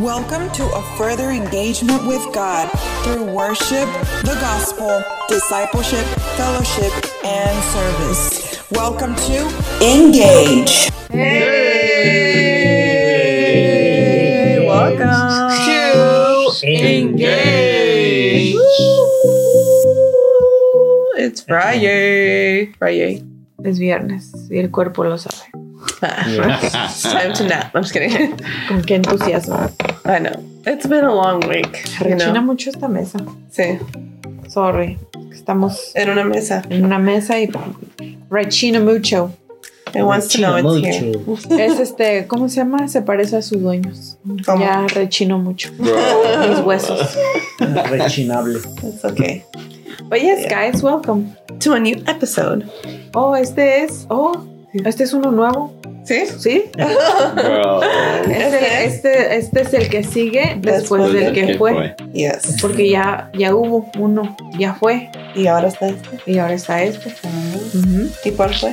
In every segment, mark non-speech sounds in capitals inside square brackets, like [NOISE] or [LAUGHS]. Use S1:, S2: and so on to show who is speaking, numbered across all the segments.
S1: Welcome to a further engagement with God through worship, the gospel, discipleship, fellowship, and service. Welcome to Engage.
S2: Hey!
S3: Welcome
S2: to Engage.
S3: Woo! It's Friday. Friday.
S4: Es viernes y el cuerpo lo sabe.
S3: It's [LAUGHS] time to nap. I'm just kidding. [LAUGHS]
S4: Con qué entusiasmo.
S3: I know. It's been a long week. You
S4: Rechina
S3: know?
S4: mucho esta mesa.
S3: Sí.
S4: Sorry. Estamos
S3: En una mesa.
S4: en una mesa y rechina mucho.
S3: It wants to know it's here.
S4: Es este, ¿cómo se llama? Se parece a sus dueños.
S3: ¿Cómo?
S4: Ya rechino mucho. Mis huesos.
S2: Rechinable.
S3: It's okay.
S4: But yes, guys, welcome.
S3: To a new episode.
S4: Oh, este es. Oh, este es uno nuevo.
S3: Sí.
S4: ¿Sí?
S5: Bro.
S4: Este, este, este es el que sigue después
S3: Después
S4: del que fue.
S3: Yes.
S4: Porque ya, ya hubo uno, ya fue.
S3: Y ahora está este.
S4: Y ahora está este.
S3: ¿Y cuál fue?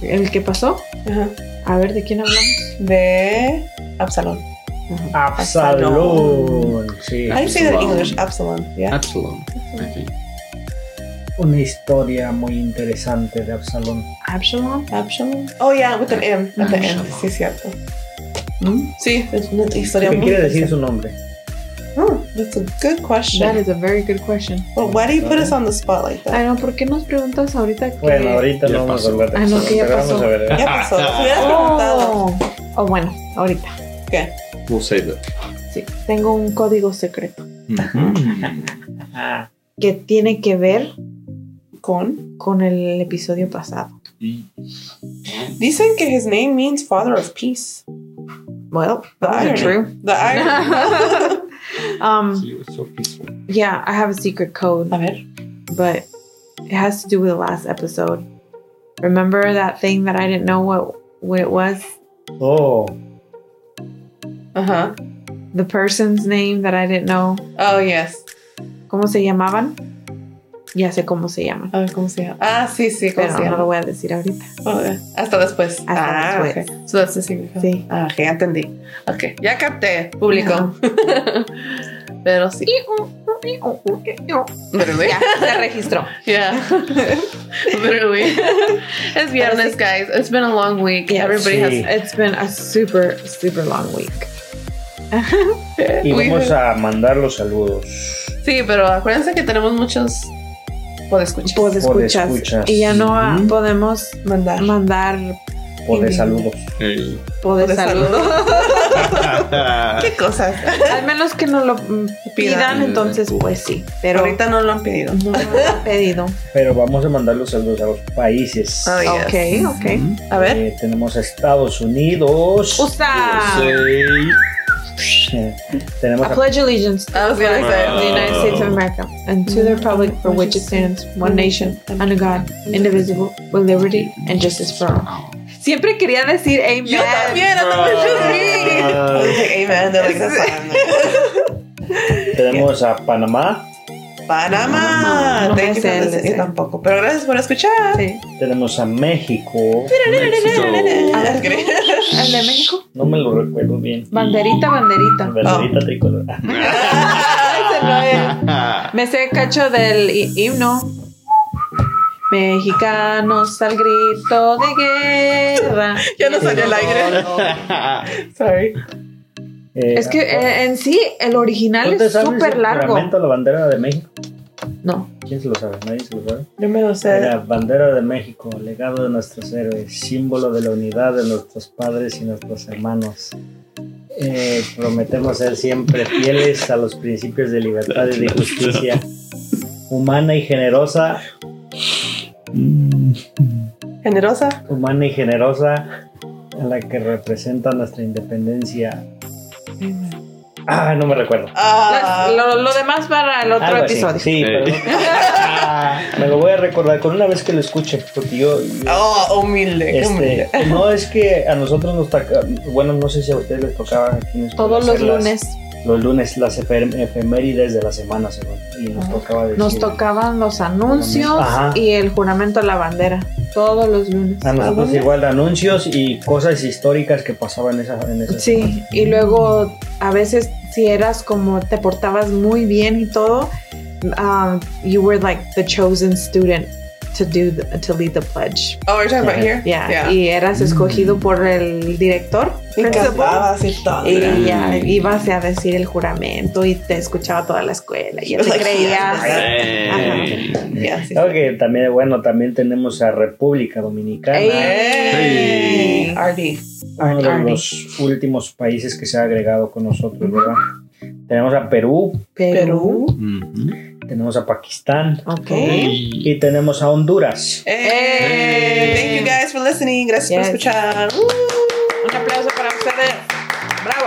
S4: ¿El que pasó?
S3: Ajá.
S4: A ver, ¿de quién hablamos?
S3: De Absalom.
S2: Absalón. Sí.
S3: How do you say that in
S5: Absalom.
S3: English? Absalom. Yeah.
S5: Absalom, I think.
S2: Una historia muy interesante de Absalón.
S4: Absalom.
S3: Absalom. Oh, yeah, with an M. At the end. Sí, cierto.
S4: Mm-hmm.
S3: Sí, es una historia
S2: ¿Qué
S3: muy
S2: quiere decir su nombre?
S3: Hmm, that's a good question.
S4: That is a very good question.
S3: But why do you put us on the spot like that?
S4: Ay, no, ¿por qué nos preguntas ahorita que...
S2: Bueno, ahorita
S5: Ya
S2: no vamos a
S5: pasó.
S2: hablar de
S4: Ah, no,
S2: Absalón,
S4: que ya
S2: pero
S4: pasó.
S2: vamos a ver.
S3: ¿Qué pasó? Si hubieras preguntado.
S4: Oh. Oh, bueno, ahorita.
S3: ¿Qué?
S5: We'll save it.
S4: Sí, tengo un código secreto
S2: Ah,
S4: que tiene que ver
S3: Con.
S4: con el episodio pasado.
S3: Dicen que his name means father of peace.
S4: Well,
S3: The irony.
S4: that's Oh, true.
S3: The irony.
S4: Um,
S5: so peaceful.
S4: yeah, I have [LAUGHS] a secret code,
S3: A ver.
S4: but it has to do with the last episode. Remember that thing that I didn't know what, what it was?
S2: Oh,
S3: Ajá.
S4: The person's name that I didn't know.
S3: Oh, yes.
S4: ¿Cómo se llamaban? Ya sé cómo se llaman.
S3: A ver, ¿cómo se llama? Ah, sí, sí, ¿cómo
S4: Pero
S3: se
S4: no
S3: llama?
S4: lo voy a decir ahorita.
S3: Oh, yeah. Hasta después.
S4: Hasta
S3: ah,
S4: después.
S3: ok. So that's the significado.
S4: Sí.
S3: Ah, ok, ya entendí. Ok, ya capté, público. [LAUGHS] Pero sí. [LAUGHS] Literally.
S4: Ya,
S3: [LAUGHS]
S4: se registró.
S3: Yeah. Literally. it's viernes, guys. It's been a long week.
S4: Yes.
S3: Everybody
S2: Sí.
S3: has.
S4: It's been a super, super long week.
S2: y
S3: We've-
S2: vamos a mandar los saludos.
S3: Sí, pero acuérdense que tenemos muchos podescuchas.
S4: Pod escuchas.
S2: escuchas.
S4: Y ya no ah,
S2: Ujú.
S4: podemos
S3: mandar.
S4: mandar
S2: O de saludos.
S5: Hey.
S4: poder saludo.
S3: [LAUGHS] ¿Qué cosas?
S4: Al menos que nos lo mm, pidan,
S3: Pidan.
S4: entonces pues sí. Pero
S3: Ahorita no lo han pedido.
S4: no me lo
S3: [LAUGHS]
S4: han pedido.
S2: Pero vamos a mandar los saludos a los países.
S3: Ay. Yes.
S4: Ok, ok.
S3: A ver.
S2: Eh, tenemos a Estados Unidos.
S4: USA.
S5: Say,
S2: Eh, tenemos
S4: I
S2: a
S4: pledge allegiance
S3: I was gonna say.
S4: to the United States of America and to the republic for which it stands, one nation, under God, indivisible, with liberty and justice for all. Siempre quería decir amen.
S3: Yo también, no te I
S5: Ah.
S3: was like, amen. They're like, that's what I'm like.
S2: Tenemos a Panamá,
S3: Panamá.
S4: No me
S3: Thank you
S4: sé,
S3: for listening.
S4: sí.
S3: Yo tampoco. Pero gracias por escuchar.
S4: Sí.
S2: tenemos a México,
S5: Mexico.
S3: Ah, that's great.
S4: ¿El de México?
S2: no me lo recuerdo bien,
S4: Banderita, banderita.
S3: Ah.
S2: banderita tricolor.
S4: Ese no es. Me sé cacho del hi- himno. Mexicanos al grito de guerra.
S3: Ya no salió el aire. Sorry.
S2: Eh,
S4: Es que eh, en sí el
S2: ¿tú
S4: original
S2: te
S4: es
S2: sabes
S4: súper
S2: el
S4: largo.
S2: juramento a la bandera de México?
S4: No.
S2: ¿Quién se lo sabe? Nadie se lo sabe.
S3: Yo me lo
S2: La bandera de México, legado de nuestros héroes, símbolo de la unidad de nuestros padres y nuestros hermanos. Eh, prometemos ser siempre fieles a los principios de libertad y de justicia humana y generosa,
S3: Generosa.
S2: humana y generosa, a la que representa nuestra independencia. Ah, no me recuerdo.
S3: Ah.
S4: La- lo, lo demás para el otro
S2: Algo así.
S4: episodio.
S2: Sí,
S5: Sí.
S2: perdón. Ah, me lo voy a recordar con una vez que lo escuche, porque yo... yo-
S3: Oh, humilde. qué humilde.
S2: este, [LAUGHS] no, es que a nosotros nos toca... Bueno, no sé si a ustedes les tocaba... aquí en la escuela
S4: Todos los
S2: hacer las-
S4: lunes
S2: los lunes, las efem- efemérides de la semana, según. Y nos tocaba decir...
S4: nos tocaban los anuncios
S2: Ajá.
S4: y el juramento a la bandera. todos los lunes.
S2: A nosotros
S3: dónde?
S2: igual anuncios y cosas históricas que pasaban en esa, en esa
S4: Sí, y luego a veces si eras como te portabas muy bien y todo, um, you were like the chosen student to do the, to lead the pledge.
S3: Oh, we're talking about here?
S4: Yeah, y eras
S2: Mm.
S4: escogido por el director.
S3: Me
S4: principal,
S3: encantaba hacer todo.
S4: Y ya ibas a decir el juramento y te escuchaba toda la escuela y ya
S3: It was
S4: te
S3: like,
S4: creías.
S5: Hey.
S3: Yeah, sí,
S2: Claro
S3: sí.
S2: que también, bueno, también tenemos a República Dominicana,
S3: Eh.
S4: Ey.
S5: Hey.
S3: RD.
S2: uno de
S4: Arnie.
S2: los últimos países que se ha agregado con nosotros, ¿verdad? Tenemos a Perú,
S4: Perú.
S5: Mhm.
S2: tenemos a Pakistán
S4: Ok.
S2: y tenemos a Honduras.
S3: Hey. Thank you guys for listening. Gracias por
S4: Yes.
S3: escuchar.
S4: Un aplauso para ustedes. Bravo.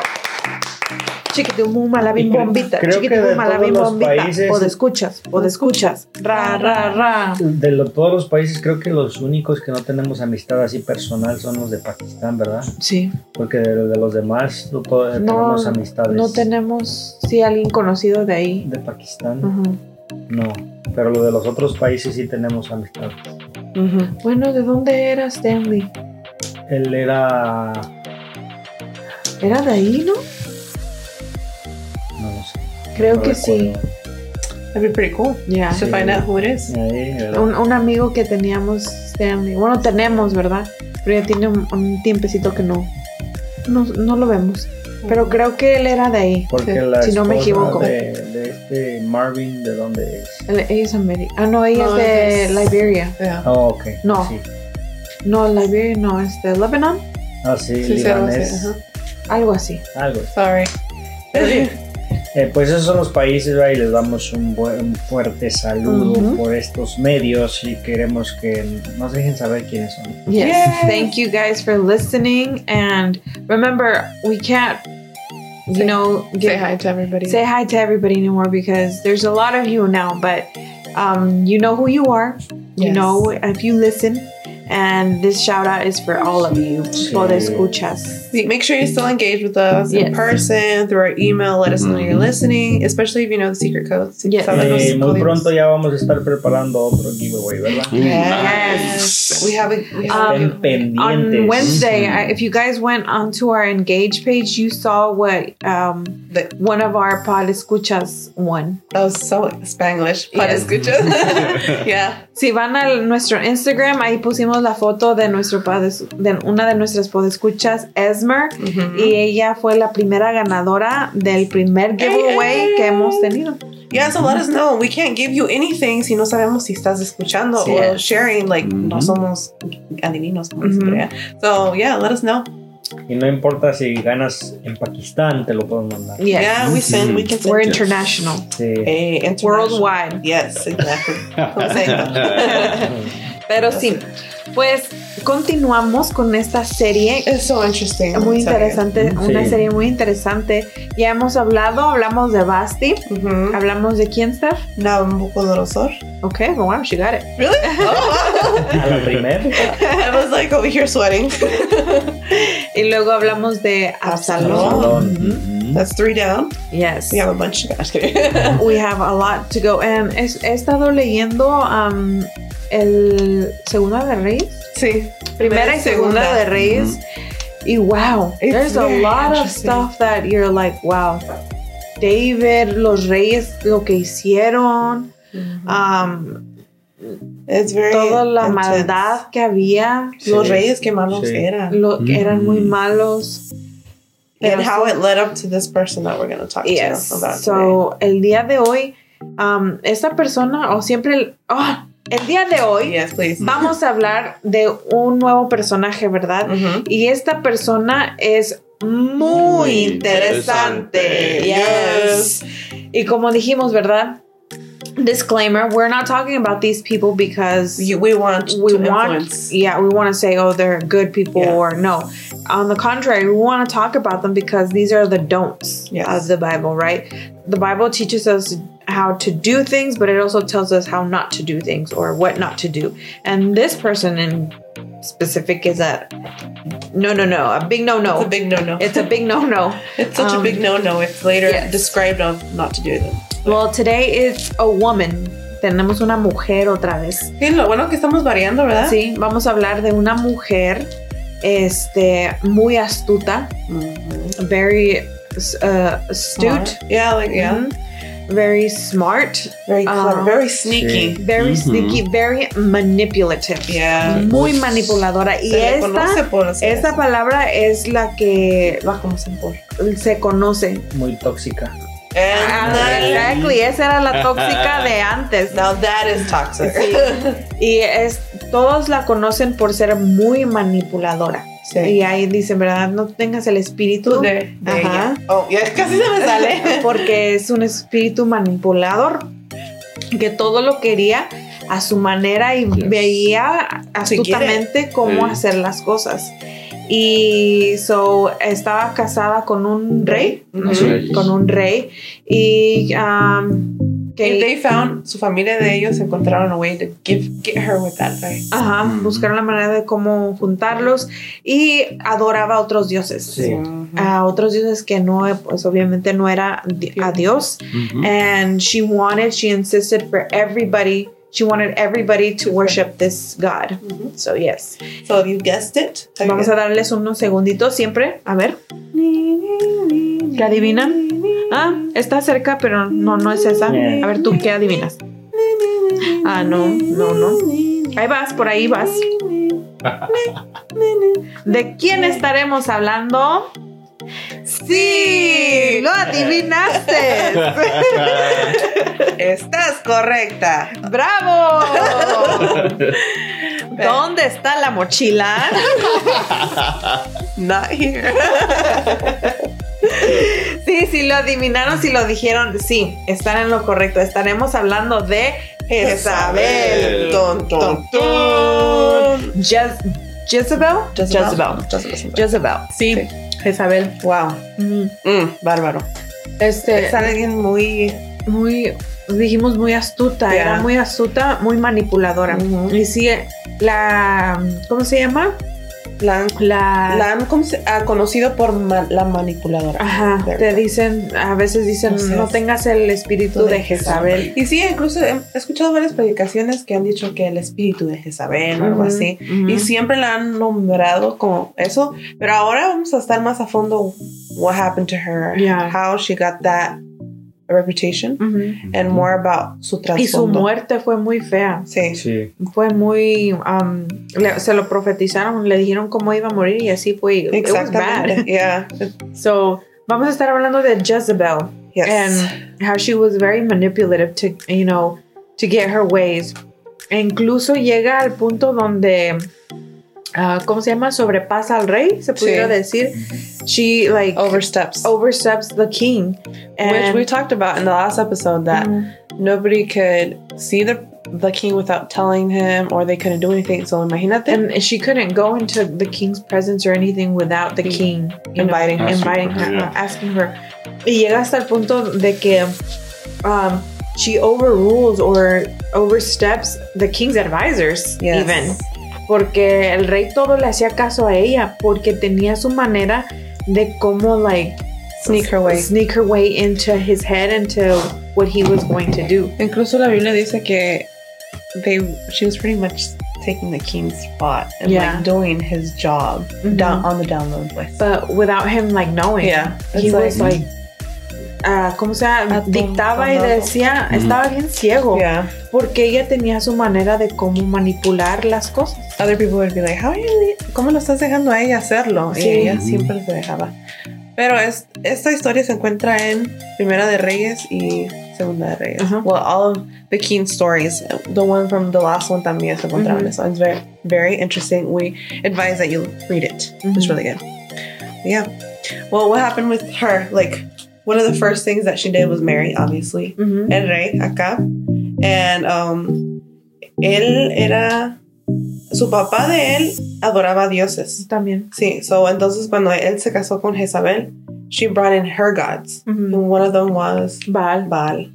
S4: Chiquitumuma, la bim
S2: Y creo-
S4: bombita.
S2: creo que de
S4: Chiquitumuma, la
S2: todos
S4: bim
S2: los
S4: bombita.
S2: países-
S4: O de escuchas, o de escuchas. Ra, ra, ra.
S2: De lo- todos los países, creo que los únicos que no tenemos amistad así personal son los de Pakistán, ¿verdad?
S4: Sí.
S2: Porque de, de los demás no to- eh, tenemos amistades.
S4: No tenemos, sí, alguien conocido de ahí.
S2: De Pakistán,
S4: Ajá.
S2: no. Pero lo de los otros países sí tenemos amistad.
S4: Bueno, ¿de dónde era Stanley?
S2: Él era.
S4: ¿Era de ahí, no?
S2: No lo sé.
S4: Creo
S2: no
S4: que sí.
S2: recuerdo.
S3: That'd be pretty cool
S4: Ya.
S2: Sí.
S3: to find out who it is.
S2: Ahí, era-
S4: Un, un amigo que teníamos, Stanley. Bueno, tenemos, ¿verdad? Pero ya tiene un, un tiempecito que no, no. No lo vemos. Pero creo que él era de ahí.
S2: Porque
S3: Sí,
S2: la
S4: si no me
S2: esposa
S4: equivoco.
S2: De, de este Marvin, ¿de dónde es?
S4: El- Ella es Ameri- Ah, no, ella
S3: No,
S4: es de
S3: es-
S4: Liberia.
S3: Yeah.
S2: Oh, ok.
S4: No.
S2: Sí.
S4: No, Liberia no, es de Lebanon.
S2: Ah, sí,
S3: Sí, uh-huh. sí,
S2: libanés.
S3: algo así,
S2: Algo.
S4: Algo así.
S3: Sorry.
S2: Eh, pues esos son los países, ¿verdad? y les damos un, buen- un fuerte saludo
S4: Ujú.
S2: por estos medios y queremos que nos dejen saber quiénes son.
S4: Yes.
S3: Yes.
S4: Thank you guys for listening. And remember, we can't, you
S3: Say-
S4: know,
S3: Say
S4: give-
S3: hi to everybody.
S4: say hi to everybody anymore because there's a lot of you now, but um, you know who you are. You
S3: Yes.
S4: know if you listen. And this shout out is for all of you. For the escuchas.
S3: See, Make sure you still engage with us in
S4: Yes. Mm-hmm.
S3: person, through our email. Let us know you're
S5: Mhm.
S3: listening, especially if you know the secret code. Si
S4: Yes.
S3: saben Ah, los
S2: Eh, muy
S3: códigos.
S2: pronto ya vamos a estar preparando otro giveaway, ¿verdad?
S3: Yes. We have a. We have
S4: Um,
S3: a
S2: Estén pendientes.
S4: on Wednesday,
S3: Mm-hmm.
S5: Mhm.
S4: I, if you guys went onto our engage page, you saw what um,
S3: The-
S4: one of our pod escuchas won.
S3: that was so Spanglish. Para
S4: Yes.
S3: escuchas. [LAUGHS] yeah.
S4: Si van a nuestro Instagram, ahí pusimos la foto de nuestro pod, de una de nuestras podescuchas, Esmer, y ella fue la primera ganadora del primer giveaway
S3: Mm-hmm. ey.
S4: que hemos tenido.
S3: Yeah, so let us know. We can't give you anything si no sabemos si estás escuchando or
S4: Yes. Mm-hmm.
S3: sharing. Like, no
S5: Mhm.
S3: somos adivinos. como dicen por
S4: Mhm.
S3: allá. So, yeah, let us know.
S2: Y no importa si ganas en Pakistán, te lo puedo mandar.
S4: Yes.
S3: Yeah, we send. We can send.
S4: We're
S5: Yes.
S4: international,
S2: Sí.
S3: Hey, international.
S4: worldwide.
S3: Yes,
S2: [LAUGHS]
S3: exactly. [LAUGHS]
S4: Pero sí, pues continuamos con esta serie
S3: It's so interesting. let
S4: Muy
S3: me tell you.
S4: interesante,
S2: Sí.
S4: una serie muy interesante. Ya hemos hablado, hablamos de Basti,
S3: Mhm.
S4: hablamos de quién está.
S3: Now I'm un poco de rosor.
S4: Ok, wow, she got it. [LAUGHS]
S3: Really? Oh,
S2: A la primer.
S3: [LAUGHS] I was like over here sweating.
S4: Y luego hablamos de Absalom.
S3: Absalom. [LAUGHS]
S2: Salón.
S3: That's three down.
S4: Yes.
S3: We have a bunch. I'm just kidding. [LAUGHS]
S4: We have a lot to go. And es- he estado leyendo um, el Segunda de Reyes,
S3: Sí.
S4: Primera y Segunda de Reyes. Y wow,
S3: It's
S4: there's a
S3: very
S4: lot of
S3: interesting.
S4: stuff that you're like, wow. David, los reyes, lo que hicieron,
S3: Mhm.
S4: um,
S3: It's very
S4: toda la
S3: intense.
S4: maldad que había,
S3: Los
S2: Sí.
S3: reyes que malos
S2: Sí.
S3: eran.
S4: lo,
S5: Mm.
S4: eran muy malos.
S3: And
S4: Yes.
S3: how it led up to this person that we're going to talk
S4: Yes.
S3: to about
S4: So, el día de hoy, um, esta persona, o siempre, el, ¡Ah! el día de hoy,
S3: today. Yes, please.
S4: vamos a hablar de un nuevo personaje, ¿verdad?
S3: Mhm.
S4: Y esta persona es
S5: Muy
S4: muy interesante.
S5: interesante.
S4: Yes. Y como dijimos, ¿verdad? Disclaimer, we're not talking about these people because
S3: You- We want
S4: we
S3: to
S4: want
S3: influence.
S4: yeah we want to say oh they're good people
S3: Yeah.
S4: or no on the contrary we want to talk about them because these are the don'ts
S3: Yes.
S4: of the bible right the bible teaches us how to do things but it also tells us how not to do things or what not to do and this person in specific is a no no no a big no
S3: It's a
S4: no
S3: big no-no.
S4: it's a big
S3: [LAUGHS]
S4: no no
S3: It's such a
S4: Um,
S3: big no-no. It's later
S4: yes.
S3: described of not to do them.
S4: well today it's a woman tenemos una mujer otra vez.
S3: Sí, lo bueno que estamos variando, ¿verdad?
S4: Sí, vamos a hablar de una mujer este, muy astuta,
S3: Mm-hmm.
S4: very uh, astute,
S3: Dude. Yeah, like, yeah. Mm-hmm.
S4: very smart,
S3: Very clever.
S4: Ah.
S3: Very sneaky.
S4: very
S5: Ujú.
S4: sneaky, very manipulative.
S3: Yeah.
S4: Muy manipuladora. Y
S3: Se le conoce
S4: esta,
S3: por hacer
S4: esta
S3: eso.
S4: palabra es la que
S3: La conocen por.
S4: se conoce.
S2: Muy tóxica.
S4: Ah,
S3: And
S4: exactly, esa era la
S3: [LAUGHS]
S4: tóxica de antes.
S3: now that is toxic. [LAUGHS]
S4: Y es, todos la conocen por ser muy manipuladora. Y
S3: Sí.
S4: ahí dicen, ¿verdad? No tengas el espíritu
S3: De, de
S4: Ajá.
S3: ella. Oh, ya casi se me sale.
S4: [LAUGHS] porque es un espíritu manipulador que todo lo quería a su manera y
S5: Yes.
S3: Si
S4: veía
S3: quiere.
S4: astutamente cómo
S5: Sí.
S4: hacer las cosas. Y so estaba casada con un rey,
S5: That's
S3: Ujú.
S5: right.
S4: con un rey y um,
S3: If
S4: que
S3: they found su familia de ellos encontraron a way to give, get her with that guy.
S4: ajá,
S5: Mm.
S4: buscaron la manera de cómo juntarlos y adoraba a otros dioses.
S2: Sí.
S4: A otros dioses que no, pues obviamente no era di- a Dios,
S5: Mhm.
S4: and she wanted she insisted for everybody she wanted everybody to worship this god
S3: Mhm.
S4: so yes
S3: So you guessed it. Have you
S4: vamos a darles unos segunditos siempre a ver ¿qué adivinan? ah está cerca pero no no es esa
S2: Yeah.
S4: a ver tú qué adivinas ah no no no ahí vas por ahí vas ¿de quién estaremos hablando? sí lo adivinaste
S3: Estás correcta.
S4: ¡Bravo! [LAUGHS] ¿Dónde está la mochila? [LAUGHS]
S3: Not here.
S4: Sí, sí, lo adivinaron, sí lo dijeron. Sí, están en lo correcto. Estaremos hablando de Jezabel.
S5: Jezabel.
S3: Ton, ton, ton.
S4: Jez- Jezebel.
S3: Jezebel. Jezebel.
S4: Jezebel. Sí,
S3: Sí.
S4: Jezabel.
S3: Wow.
S4: Mm,
S3: Mm, bárbaro.
S4: Este,
S3: Es alguien muy.
S4: muy, dijimos muy astuta,
S3: Ya.
S4: era muy astuta, muy manipuladora.
S3: Ujú.
S4: Y sí, la, ¿cómo se llama?
S3: La han,
S4: La,
S3: la han con- ah, conocido por ma- la manipuladora.
S4: ajá,
S3: There
S4: te
S3: we go.
S4: dicen, a veces dicen,
S3: Así
S4: no
S3: es.
S4: tengas el espíritu de
S3: De Jezabel.
S4: Jezabel.
S3: Y sí, incluso he he escuchado varias predicaciones que han dicho que el espíritu de Jezabel o algo
S4: Ujú,
S3: así.
S4: ujú.
S3: Y siempre la han nombrado como eso. Pero ahora vamos a estar más a fondo what happened to her,
S4: Yeah.
S3: how she got that reputation,
S4: Ujú.
S3: and more about su trasfondo.
S4: Y su muerte fue muy fea.
S3: Sí.
S2: Sí.
S4: Fue muy. um, le- se lo profetizaron, le dijeron cómo iba a morir y así fue. It was
S3: Exactamente. Yeah.
S4: bad. [LAUGHS] So, vamos a estar hablando de Jezebel
S3: Yes.
S4: and how she was very manipulative to, you know, to get her ways. E incluso llega al punto donde. ah, ¿Cómo se llama? Sobrepasa al rey, se pudiera
S3: Sí.
S4: decir. She, like,
S3: oversteps.
S4: oversteps the king.
S3: Which
S4: And-
S3: we talked about in the last episode that
S4: Mm,
S3: nobody could see the the king without telling him, or they couldn't do anything. So imagínate
S4: And she couldn't go into the king's presence or anything without the king you know,
S3: Inviting her.
S4: inviting her,
S5: Yeah.
S4: uh, asking her. Y llega hasta el punto de que um, she overrules or oversteps the king's advisors,
S3: Yes.
S4: even. Porque el rey todo le hacía caso a ella, porque tenía su manera de cómo, like,
S3: sneak her way.
S4: sneak her way into his head, into what he was going to do.
S3: Incluso la Biblia dice que they she was pretty much taking the king's spot and
S4: Yeah.
S3: like doing his job
S4: Mhm.
S3: down on the download list.
S4: But without him, like, knowing.
S3: yeah,
S4: He
S3: it's like,
S4: was like, ah, ¿cómo se llama?
S3: Atom-
S4: Dictaba y
S3: tomado.
S4: decía,
S5: Ujú.
S4: estaba bien ciego,
S3: yeah.
S4: porque ella tenía su manera de cómo manipular las cosas.
S3: Other people would be like, how are you? le- ¿Cómo lo estás dejando a ella hacerlo? Y
S4: Sí.
S3: ella
S5: Mhm.
S3: siempre se dejaba. Pero es, esta historia se encuentra en Primera de Reyes y Segunda de Reyes.
S4: Ajá.
S3: Well, all of the king stories, the one from the last one también se encontraron.
S4: Mhm.
S3: Eso it's very, very interesting. We advise that you read it. It's
S4: Mhm.
S3: really good. Yeah. Well, what happened with her? Like, one of the first things that she did was marry, obviously. el rey acá. And um, él era. Su papá de él adoraba a dioses.
S4: También.
S3: Sí, so entonces cuando él se casó con Jezabel, she brought in her gods.
S4: Ujú.
S3: And one of them was
S4: Baal.
S3: Baal.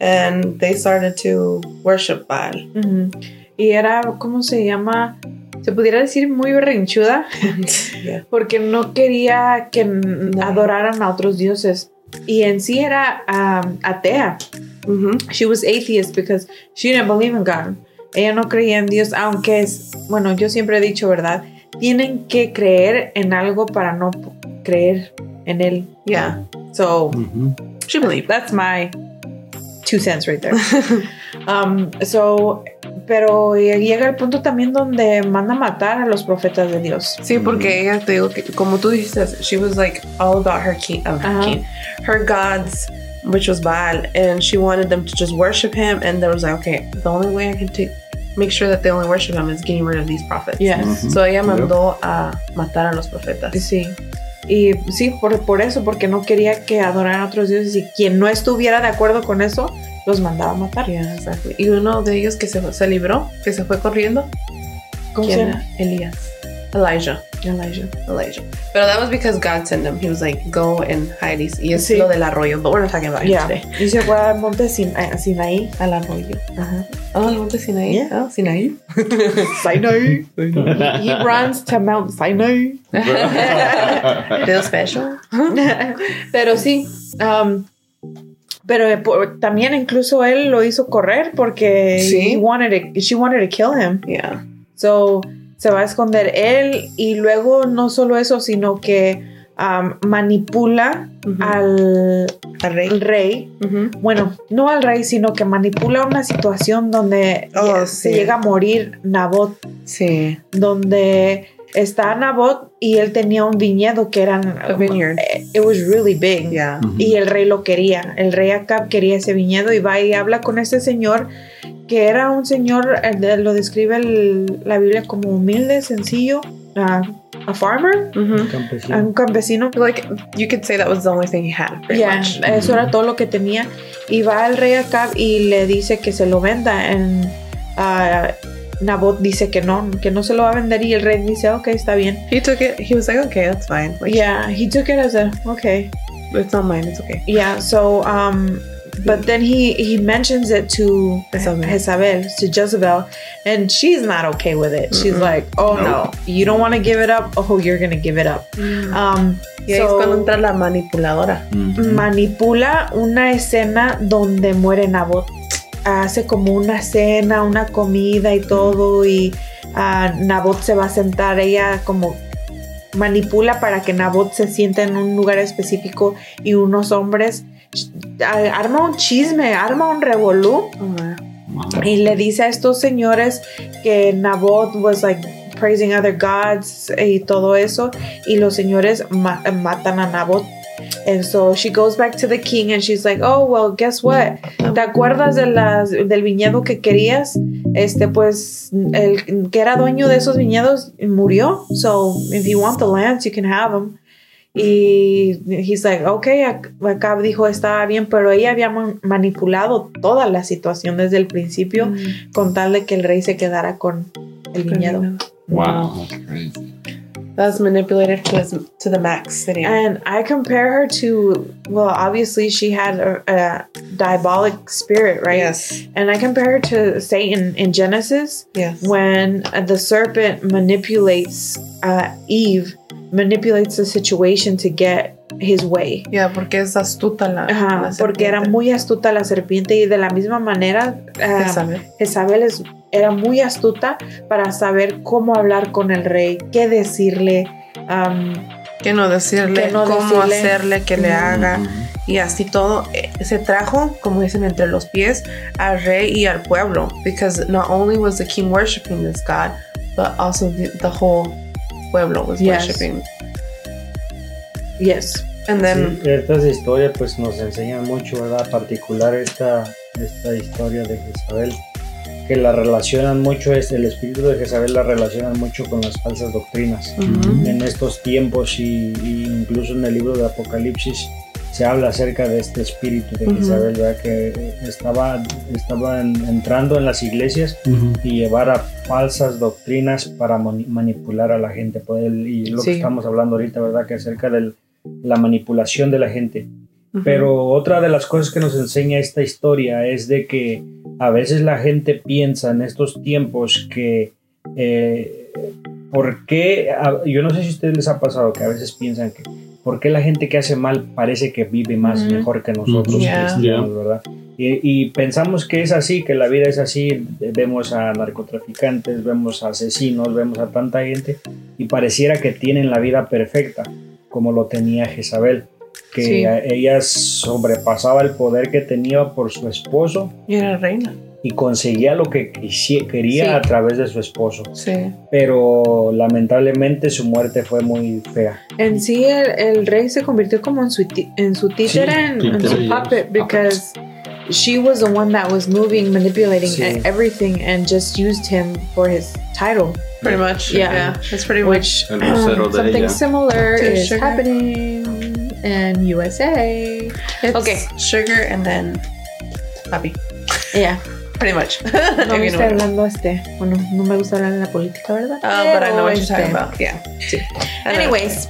S3: And they started to worship Baal. [LAUGHS]
S4: Ujú. Y era, ¿cómo se llama? Se pudiera decir muy berrinchuda,
S3: Yeah.
S4: porque no quería que mm,
S3: No.
S4: adoraran a otros dioses. Y en sí era ah, atea.
S3: hmm
S4: She was atheist because she didn't believe in God. Ella no creía en Dios, aunque es, bueno, yo siempre he dicho, ¿verdad? Tienen que creer en algo para no p- creer en él.
S3: Yeah.
S4: So,
S5: Mhm.
S3: She believed. [LAUGHS]
S4: that's my two cents right there. Um, so, pero llega el punto también donde manda a matar a los profetas de Dios.
S3: Sí, porque ella te digo que, como tú dices, she was like all about her king, uh, her,
S4: Uh-huh.
S3: king, her gods, which was Baal, and she wanted them to just worship him. And there was like, okay, the only way I can take, make sure that they only worship him is getting rid of these prophets.
S4: Yes.
S3: So ella
S5: Yep.
S3: mandó a matar a los profetas.
S4: Sí. Y sí, por, por eso, porque no quería que adoraran a otros dioses y quien no estuviera de acuerdo con eso, los mandaba a matar.
S3: Yeah, exactly. Y uno de ellos que se, se libró, que se fue corriendo,
S4: ¿Cómo
S3: ¿quién
S4: se
S3: era?
S4: llama?
S3: Elías. Elijah.
S4: Elijah.
S3: Elijah. But that was because God sent him. He was like, go and hide these. Y es
S4: Sí.
S3: lo del arroyo, but we're not talking about him
S4: Yeah.
S3: today.
S4: Y se fue al monte Sin- a Sinaí, al arroyo. Ajá.
S3: Oh, el monte Sinaí.
S4: Yeah.
S3: Oh, Sinaí.
S4: Sinaí. He runs to
S3: [LAUGHS]
S4: Mount Sinai.
S5: Uhum.
S3: Feel special.
S4: pero sí. um, pero eh, por- también incluso él lo hizo correr porque
S3: Sí.
S4: he wanted to- she wanted to kill him.
S3: Yeah.
S4: So, se va a esconder él y luego no solo eso, sino que um, manipula
S3: Mm.
S4: al,
S3: Al Ah, rey.
S4: al rey.
S3: Mhm.
S4: Bueno, no al rey, sino que manipula una situación donde
S3: Oh,
S4: eh, se
S3: sí.
S4: llega a morir Nabot,
S3: Sí.
S4: donde está Nabot y él tenía un viñedo que eran...
S3: A vineyard.
S4: eh, It was really big.
S3: Yeah.
S5: Mm-hmm.
S4: Y el rey lo quería. El rey Acab quería ese viñedo y va y habla con este señor que era un señor, eh, de- lo describe el- la Biblia como humilde, sencillo, ah, a farmer,
S3: Mhm.
S4: a
S2: Campesino.
S4: un campesino.
S3: Like, you could say that was the only thing he had, pretty
S4: Ya,
S3: much.
S4: eso era todo lo que tenía. Y va al rey Acab y le dice que se lo venda. En, ah, Nabot dice que no, que no se lo va a vender y el rey dice, ok, está bien.
S3: He took it. He was like, okay, that's fine. Like,
S4: Yeah, he took it as a, okay.
S3: It's not mine. It's okay.
S4: Yeah, so um but then he he mentions it to
S3: Jezabel.
S4: Jezabel, to Jezebel, and she's not okay with it. She's
S3: Mm-mm.
S4: like, "Oh
S5: Nope.
S4: no, you don't want to give it up. Oh, you're gonna give it up." Um,
S3: Ah, Y ahí es cuando entra la manipuladora.
S5: Mm-hmm.
S4: manipula una escena donde muere Nabot. Hace como una cena, una comida y todo, y ah, Nabot se va a sentar, ella como manipula para que Nabot se sienta en un lugar específico y unos hombres ah, arma un chisme, arma un revolú
S3: Mm-hmm.
S5: Mm-hmm.
S4: y le dice a estos señores que Nabot was like praising other gods y todo eso y los señores ma- matan a Nabot and so she goes back to the king and she's like oh well guess what
S3: Ah,
S4: te acuerdas de las del viñedo que querías este pues el que era dueño de esos viñedos murió so if you want the lands you can have them y he's like, ok, Ac- Acab dijo, estaba bien, pero ella había man- manipulado toda la situación desde el principio con tal de que el rey se quedara con el viñedo.
S3: Mm-hmm.
S5: Wow, that's crazy.
S3: That's manipulated to, his, to the max city.
S4: And I compare her to, well, obviously she had a, a diabolic spirit, right?
S3: Yes.
S4: And I compare her to Satan in Genesis
S3: Yes.
S4: when uh, the serpent manipulates uh, Eve, manipulates the situation to get his way.
S3: Yeah, porque es astuta la.
S4: Ajá,
S3: la
S4: porque era
S3: serpiente.
S4: muy astuta la serpiente y de la misma manera ah,
S3: Jezabel.
S4: Jezabel es- era muy astuta para saber cómo hablar con el rey, qué decirle. um, am,
S3: Que no decirle,
S4: Que no
S3: cómo
S4: decirle. Mm.
S3: hacerle que le
S4: Ujú.
S3: haga. Y así todo eh, se trajo, como dicen, entre los pies al rey y al pueblo. Because not only was the king worshiping this god, but also the, the whole pueblo was
S4: Yes.
S3: worshiping.
S4: yes.
S3: And then,
S2: Sí, estas historias pues nos enseñan mucho, ¿verdad? Particular esta, esta historia de Jezabel, que la relacionan mucho, es el espíritu de Jezabel la relacionan mucho con las falsas doctrinas.
S3: Ujú.
S2: En estos tiempos y, y incluso en el libro de Apocalipsis se habla acerca de este espíritu de
S3: Ujú.
S2: Jezabel, ¿verdad? Que eh, estaba, estaba en- entrando en las iglesias
S5: Mm-hmm.
S2: y llevar a falsas doctrinas para mani- manipular a la gente. pues, el- y lo
S4: Sí.
S2: que estamos hablando ahorita, ¿verdad? Que acerca de la manipulación de la gente.
S3: ujú.
S2: Pero otra de las cosas que nos enseña esta historia es de que a veces la gente piensa en estos tiempos que... eh, ¿Por qué? a- Yo no sé si a ustedes les ha pasado que a veces piensan que ¿por qué la gente que hace mal parece que vive más
S4: Ujú.
S2: mejor que nosotros?
S3: Yeah.
S2: cristianos, ¿verdad? Y, y pensamos que es así, que la vida es así. Vemos a narcotraficantes, vemos a asesinos, vemos a tanta gente y pareciera que tienen la vida perfecta, como lo tenía Jezabel, que
S4: Sí.
S2: a- ella sobrepasaba el poder que tenía por su esposo
S3: Y era reina.
S2: y conseguía lo que quisie- quería
S4: Sí.
S2: a través de su esposo.
S3: Sí.
S2: Pero lamentablemente su muerte fue muy fea.
S4: En sí, el, el rey se convirtió como en su, tí- en su títere,
S5: Sí,
S4: en, en
S5: títere
S4: su
S5: y
S4: puppet,
S5: puppet.
S4: because she was the one that was moving, manipulating
S2: Sí.
S4: and everything, and just used him for his title.
S3: Pretty much.
S4: Yeah.
S3: Yeah. That's pretty much.
S4: Which um,
S5: El vocero de
S4: something
S5: ella.
S4: similar
S3: To
S4: is
S3: sugar.
S4: happening in USA.
S3: It's
S4: Okay.
S3: Sugar and then happy.
S5: [LAUGHS]
S4: Yeah.
S3: Pretty much. [LAUGHS] If you know
S4: No me gusta
S3: what I mean.
S4: hablando este. Bueno, no me gusta hablar de la política, ¿verdad?
S5: Ah,
S3: Uh, but I know what you're
S4: Pero,
S3: talking
S4: este,
S3: about. Yeah. I know.
S4: Anyways,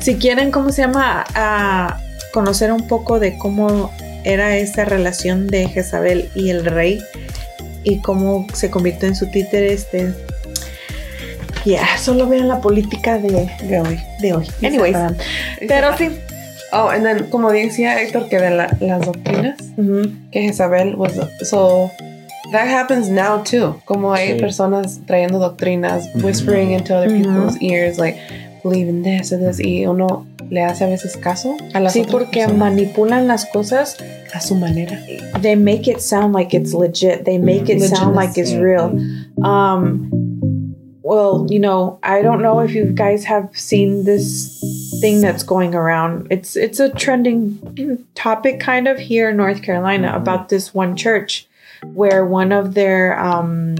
S4: si quieren, ¿cómo se llama? A conocer un poco de cómo era esa relación de Jezabel y el rey y cómo se convirtió en su títere, este. Ya, solo vean la política de,
S3: Really.
S4: de hoy. Anyways, pero sí.
S3: Oh, and then, como decía Héctor, que de la, las doctrinas,
S4: Ujú.
S3: que Jezabel was. So, that happens now too. Como hay
S2: Sí.
S3: personas trayendo doctrinas,
S5: Ujú.
S3: whispering into other
S4: Ujú.
S3: people's ears, like, believe in this or this, y uno le hace a veces caso a las
S4: Sí,
S3: otras
S4: porque
S3: personas.
S4: manipulan las cosas.
S3: a su manera.
S4: They make it sound like it's legit. They make it sound like it's
S2: Legitness.
S4: real. um well you know i don't know if you guys have seen this thing that's going around it's it's a trending topic kind of here in north carolina
S2: Mhm.
S4: about this one church where one of their um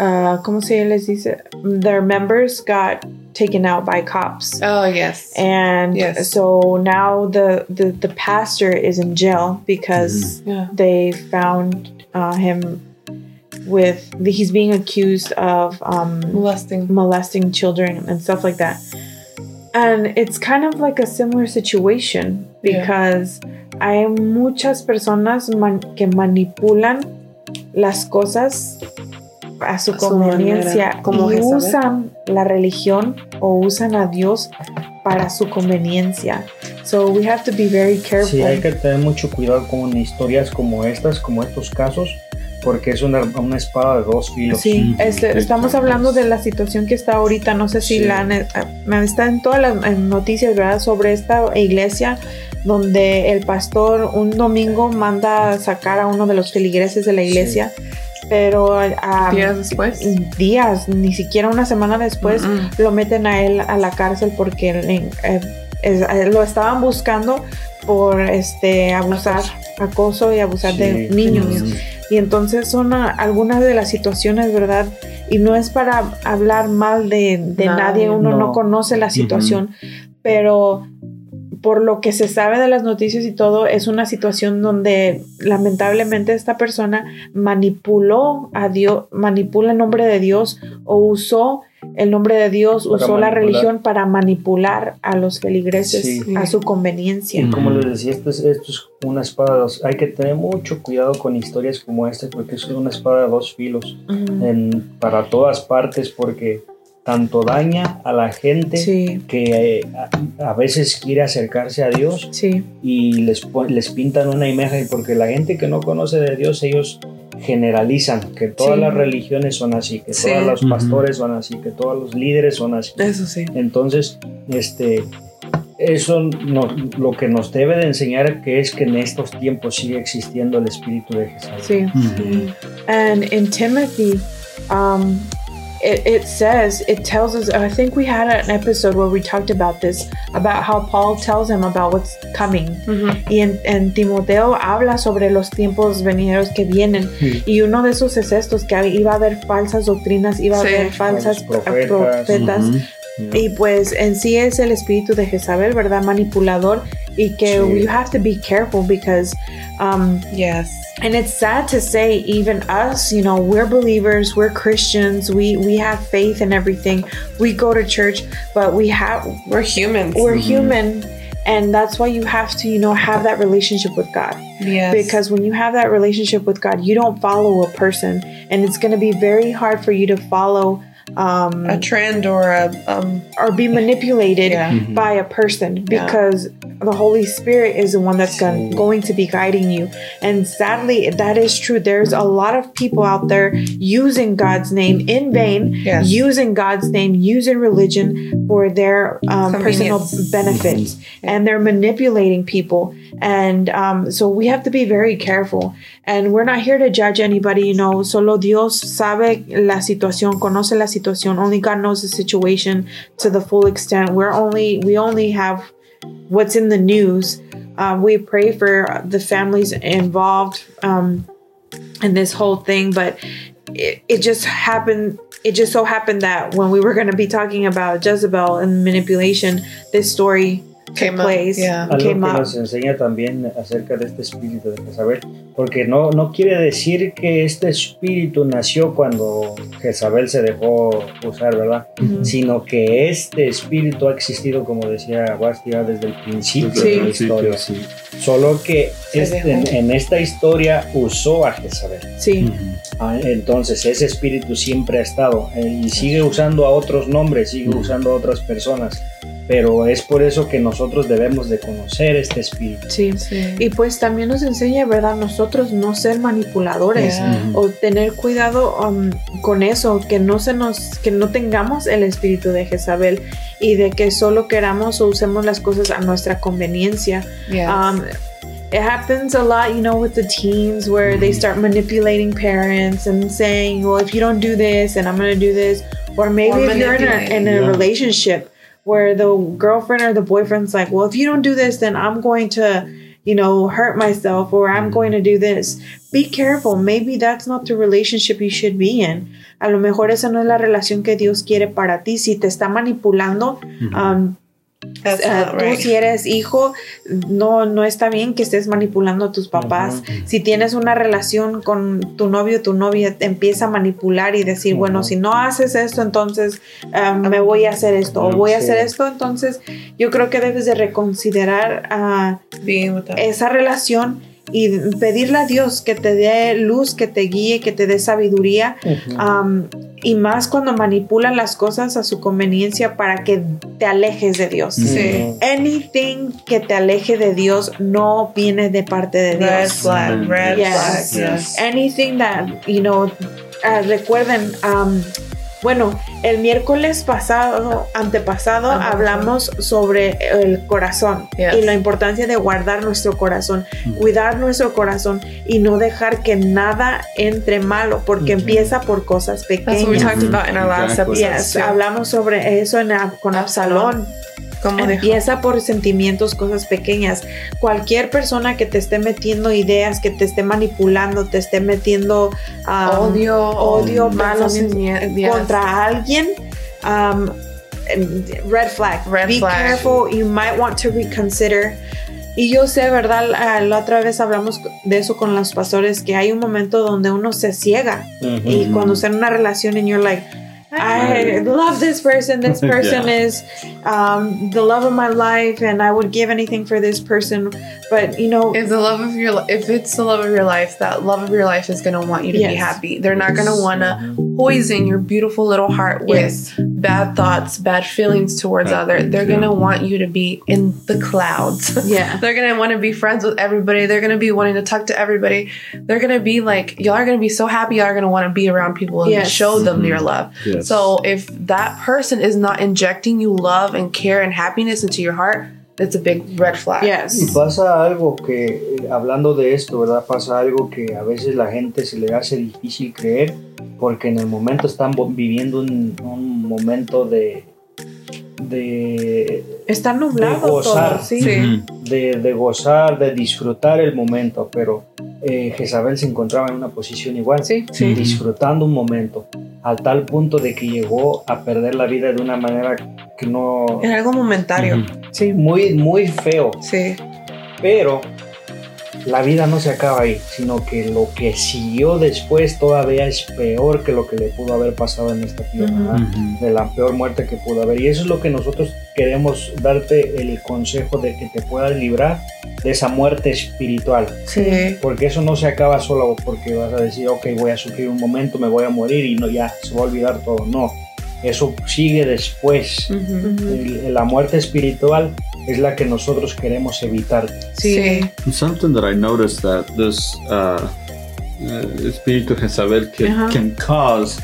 S4: uh como se les dice their members got taken out by cops
S3: Oh, yes.
S4: and
S3: Yes.
S4: so now the, the the pastor is in jail because
S3: yeah.
S4: they found uh, him with he's being accused of um,
S3: Molesting.
S4: molesting children and stuff like that and it's kind of like a similar situation
S3: Yeah.
S4: because hay muchas personas man- que manipulan las cosas a su
S3: A su
S4: conveniencia
S3: manera, como
S4: y
S3: Jezabel.
S4: usan la religión o usan a Dios para su conveniencia so we have to be very careful
S2: Sí, hay que tener mucho cuidado con historias como estas, como estos casos, porque es una, una espada de dos filos.
S4: Sí, este,
S5: Ujú.
S4: estamos hablando de la situación que está ahorita. No sé si
S2: Sí.
S4: la han- eh, está en todas las eh, noticias, ¿verdad? Sobre esta iglesia donde el pastor un domingo manda a sacar a uno de los feligreses de la iglesia, pero a,
S3: Días después.
S4: Mm-hmm. días, ni siquiera una semana después,
S3: Mm-mm.
S4: lo meten a él a la cárcel porque eh, eh, es- eh, lo estaban buscando por este abusar, acoso y abusar de
S2: Sí. Mm.
S4: niños.
S3: Niños.
S4: Y entonces son a- algunas de las situaciones, ¿verdad? Y no es para hablar mal de, de
S3: Nadie,
S4: nadie, uno no,
S2: no.
S4: conoce la situación, pero por lo que se sabe de las noticias y todo, es una situación donde lamentablemente esta persona manipuló a Dios, manipula el nombre de Dios o usó el nombre de Dios,
S2: Para
S4: usó la
S2: manipular.
S4: religión para manipular a los feligreses
S2: Sí.
S4: a su conveniencia.
S2: Y como les decía, esto es, esto es una espada de dos. Hay que tener mucho cuidado con historias como estas, porque es una espada de dos filos
S4: Ujú.
S2: en, para todas partes, porque tanto daña a la gente
S4: Sí,
S2: que eh, a, a veces quiere acercarse a Dios
S4: sí,
S2: y les, pon- les pintan una imagen, porque la gente que no conoce de Dios, ellos generalizan que todas
S4: Sí.
S2: las religiones son así, que
S3: Sí.
S2: todos los
S5: Ujú.
S2: pastores son así, que todos los líderes son así.
S3: Eso sí.
S2: Entonces, este, eso no- lo que nos debe de enseñar que es que en estos tiempos sigue existiendo el espíritu de Jesús.
S4: sí.
S3: Mm-hmm.
S5: Mm-hmm.
S4: Mm-hmm. And in Timothy, um, it, it says, it tells us, I think we had an episode where we talked about this, about how Paul tells him about what's coming. Y en, en Timoteo habla sobre los tiempos venideros que vienen.
S2: Sí.
S4: Y uno de esos es estos, que iba a haber falsas doctrinas, iba a
S3: Sí.
S4: haber falsas
S2: Falsos
S4: eh,
S2: profetas.
S4: profetas. Y pues en sí es el espíritu de Jezabel, ¿verdad? Manipulador. Y que
S2: Sí.
S4: you have to be careful because um,
S3: Yes.
S4: and it's sad to say even us you know we're believers we're christians we we have faith and everything we go to church but we have
S3: We're humans.
S4: we're
S5: Mhm.
S4: human and that's why you have to you know have that relationship with god
S3: yes.
S4: because when you have that relationship with god you don't follow a person and it's going to be very hard for you to follow um,
S3: a trend or a um
S4: or be manipulated
S3: yeah
S5: Mhm.
S4: by a person
S3: Yeah.
S4: because the Holy Spirit is the one that's gon-
S5: Sí.
S4: going to be guiding you. And sadly, that is true. There's a lot of people out there using God's name in vain,
S3: yes
S4: using God's name, using religion for their um, personal
S3: Convenience.
S4: benefits, and they're manipulating people. And um, so we have to be very careful. And we're not here to judge anybody, you know. Solo Dios sabe la situación, conoce la situación. Only God knows the situation to the full extent. We're only we only have what's in the news. Um, we pray for the families involved um, in this whole thing, but it, it just happened. It just so happened that when we were going to be talking about Jezebel and manipulation, this story
S3: came
S4: place.
S3: yeah
S2: Algo
S4: Qué
S2: que
S4: mal.
S2: nos enseña también acerca de este espíritu de Jezabel, porque no, no quiere decir que este espíritu nació cuando Jezabel se dejó usar, ¿verdad? Sino que este espíritu ha existido, como decía Bastia, desde el principio de la historia.
S5: sí.
S2: Solo que
S3: Se
S2: este-
S3: dejó.
S2: en, en esta historia usó a Jezabel.
S4: Sí,
S5: Ujú.
S2: Ah, Entonces ese espíritu siempre ha estado eh, y sigue usando a otros nombres, sigue
S5: Ujú.
S2: usando a otras personas. Pero es por eso que nosotros debemos de conocer este espíritu.
S4: sí. Y pues también nos enseña, ¿verdad? Nosotros no ser manipuladores.
S3: Yeah.
S5: Ujú.
S4: o tener cuidado um, con eso, que no se nos, que no tengamos el espíritu de Jezabel y de que solo queramos o usemos las cosas a nuestra conveniencia.
S3: Mm-hmm. yeah
S4: Um, it happens a lot, you know, with the teens where they start manipulating parents and saying, well, if you don't do this and I'm going to do this. Or maybe
S3: Or
S4: if you're in a, in a
S5: manipulating. Yeah.
S4: relationship where the girlfriend or the boyfriend's like, well, if you don't do this, then I'm going to, you know, hurt myself or I'm going to do this. Be careful. Maybe that's not the relationship you should be in. A lo mejor esa no es la relación que Dios quiere para ti. Si te está manipulando, um,
S3: that's
S4: eh,
S2: Ah,
S3: not
S4: tú
S3: right
S4: si eres hijo, no, no está bien que estés manipulando a tus papás. Si tienes una relación con tu novio, tu novia te empieza a manipular y decir,
S2: Ujú.
S4: bueno, si no haces esto, entonces eh, me voy a hacer esto o
S2: Mm,
S4: voy a
S2: sí.
S4: hacer esto. Entonces yo creo que debes de reconsiderar ah,
S3: being with them
S4: esa relación y pedirle a Dios que te dé luz, que te guíe, que te dé sabiduría
S2: Ujú.
S4: Am, y más cuando manipulan las cosas a su conveniencia para que te alejes de Dios.
S5: Mm.
S3: sí.
S4: Anything que te aleje de Dios no viene de parte de
S3: red
S4: Dios.
S5: Mm-hmm.
S3: flag red
S4: Yes.
S3: flag yes
S4: Anything that, you know, ah, recuerden, am, bueno, el miércoles pasado, antepasado,
S3: Ajá.
S4: hablamos sobre el corazón
S3: Yes. Mm.
S4: y la importancia de guardar nuestro corazón, cuidar nuestro corazón y no dejar que nada entre malo, porque
S2: Ujú.
S4: empieza por cosas
S3: Mm. that's what we
S4: pequeñas.
S3: talked
S5: Mhm.
S3: about in our last
S5: Exactly.
S3: episode
S4: Yes, hablamos sobre eso en Ab- con
S3: Absalón.
S4: Absalón. Empieza por sentimientos, cosas pequeñas. Cualquier persona que te esté metiendo ideas, que te esté manipulando, te esté metiendo ah,
S3: odio
S4: odio,
S3: malos
S4: pensamientos contra alguien, um, and- red flag.
S3: Red
S4: Be
S3: flag.
S4: careful. You might want to reconsider. Y yo sé, ¿verdad? Ah, La otra vez hablamos de eso con los pastores, que hay un momento donde uno se ciega.
S2: Ujú.
S4: Y
S5: Ujú.
S4: cuando está en una relación and you're like, I love this person. This
S5: Yeah.
S4: person is um, the love of my life, and I would give anything for this person. But you know,
S3: if the love of your li- if it's the love of your life that love of your life is going to want you to be
S4: Yes.
S3: happy they're not going to want to
S2: Ujú.
S3: poison your beautiful little heart with
S4: yes,
S3: bad thoughts bad feelings towards
S5: Bad
S3: other
S5: things,
S3: they're going to
S5: yeah.
S3: want you to be in the clouds [LAUGHS]
S4: yeah,
S3: they're going to want to be friends with everybody they're going to be wanting to talk to everybody they're going to be like y'all are going to be so happy y'all are going to want to be around people and
S4: Yes.
S3: show them
S5: Mhm.
S3: your love
S5: Yes.
S3: so if that person is not injecting you love and care and happiness into your heart that's a big red flag
S2: Y
S4: yes,
S2: pasa algo que, eh, hablando de esto, ¿verdad? Pasa algo que a veces la gente se le hace difícil creer porque en el momento están vo- viviendo un, un momento de, de,
S4: está nublado
S2: De gozar.
S4: todo, sí,
S5: Ujú.
S2: de, de gozar, de disfrutar el momento, pero eh, Jezabel se encontraba en una posición igual,
S4: sí,
S5: Sí.
S2: disfrutando un momento, al tal punto de que llegó a perder la vida de una manera que no...
S3: En algo momentario.
S5: Ujú.
S2: Muy, muy feo.
S3: Sí.
S2: Pero la vida no se acaba ahí, sino que lo que siguió después todavía es peor que lo que le pudo haber pasado en esta tierra,
S4: Ujú.
S2: ¿verdad?
S5: Mm-hmm.
S2: de la peor muerte que pudo haber. Y eso es lo que nosotros queremos darte el consejo de que te puedas librar de esa muerte espiritual,
S3: Sí.
S2: porque eso no se acaba solo porque vas a decir, ok, voy a sufrir un momento, me voy a morir y no, ya se va a olvidar todo. No, Eso sigue después. El- la muerte espiritual es la que nosotros queremos evitar.
S4: Sí.
S5: Something that I noticed that this uh, uh, Espíritu Jezabel can,
S4: Uh-huh.
S5: can cause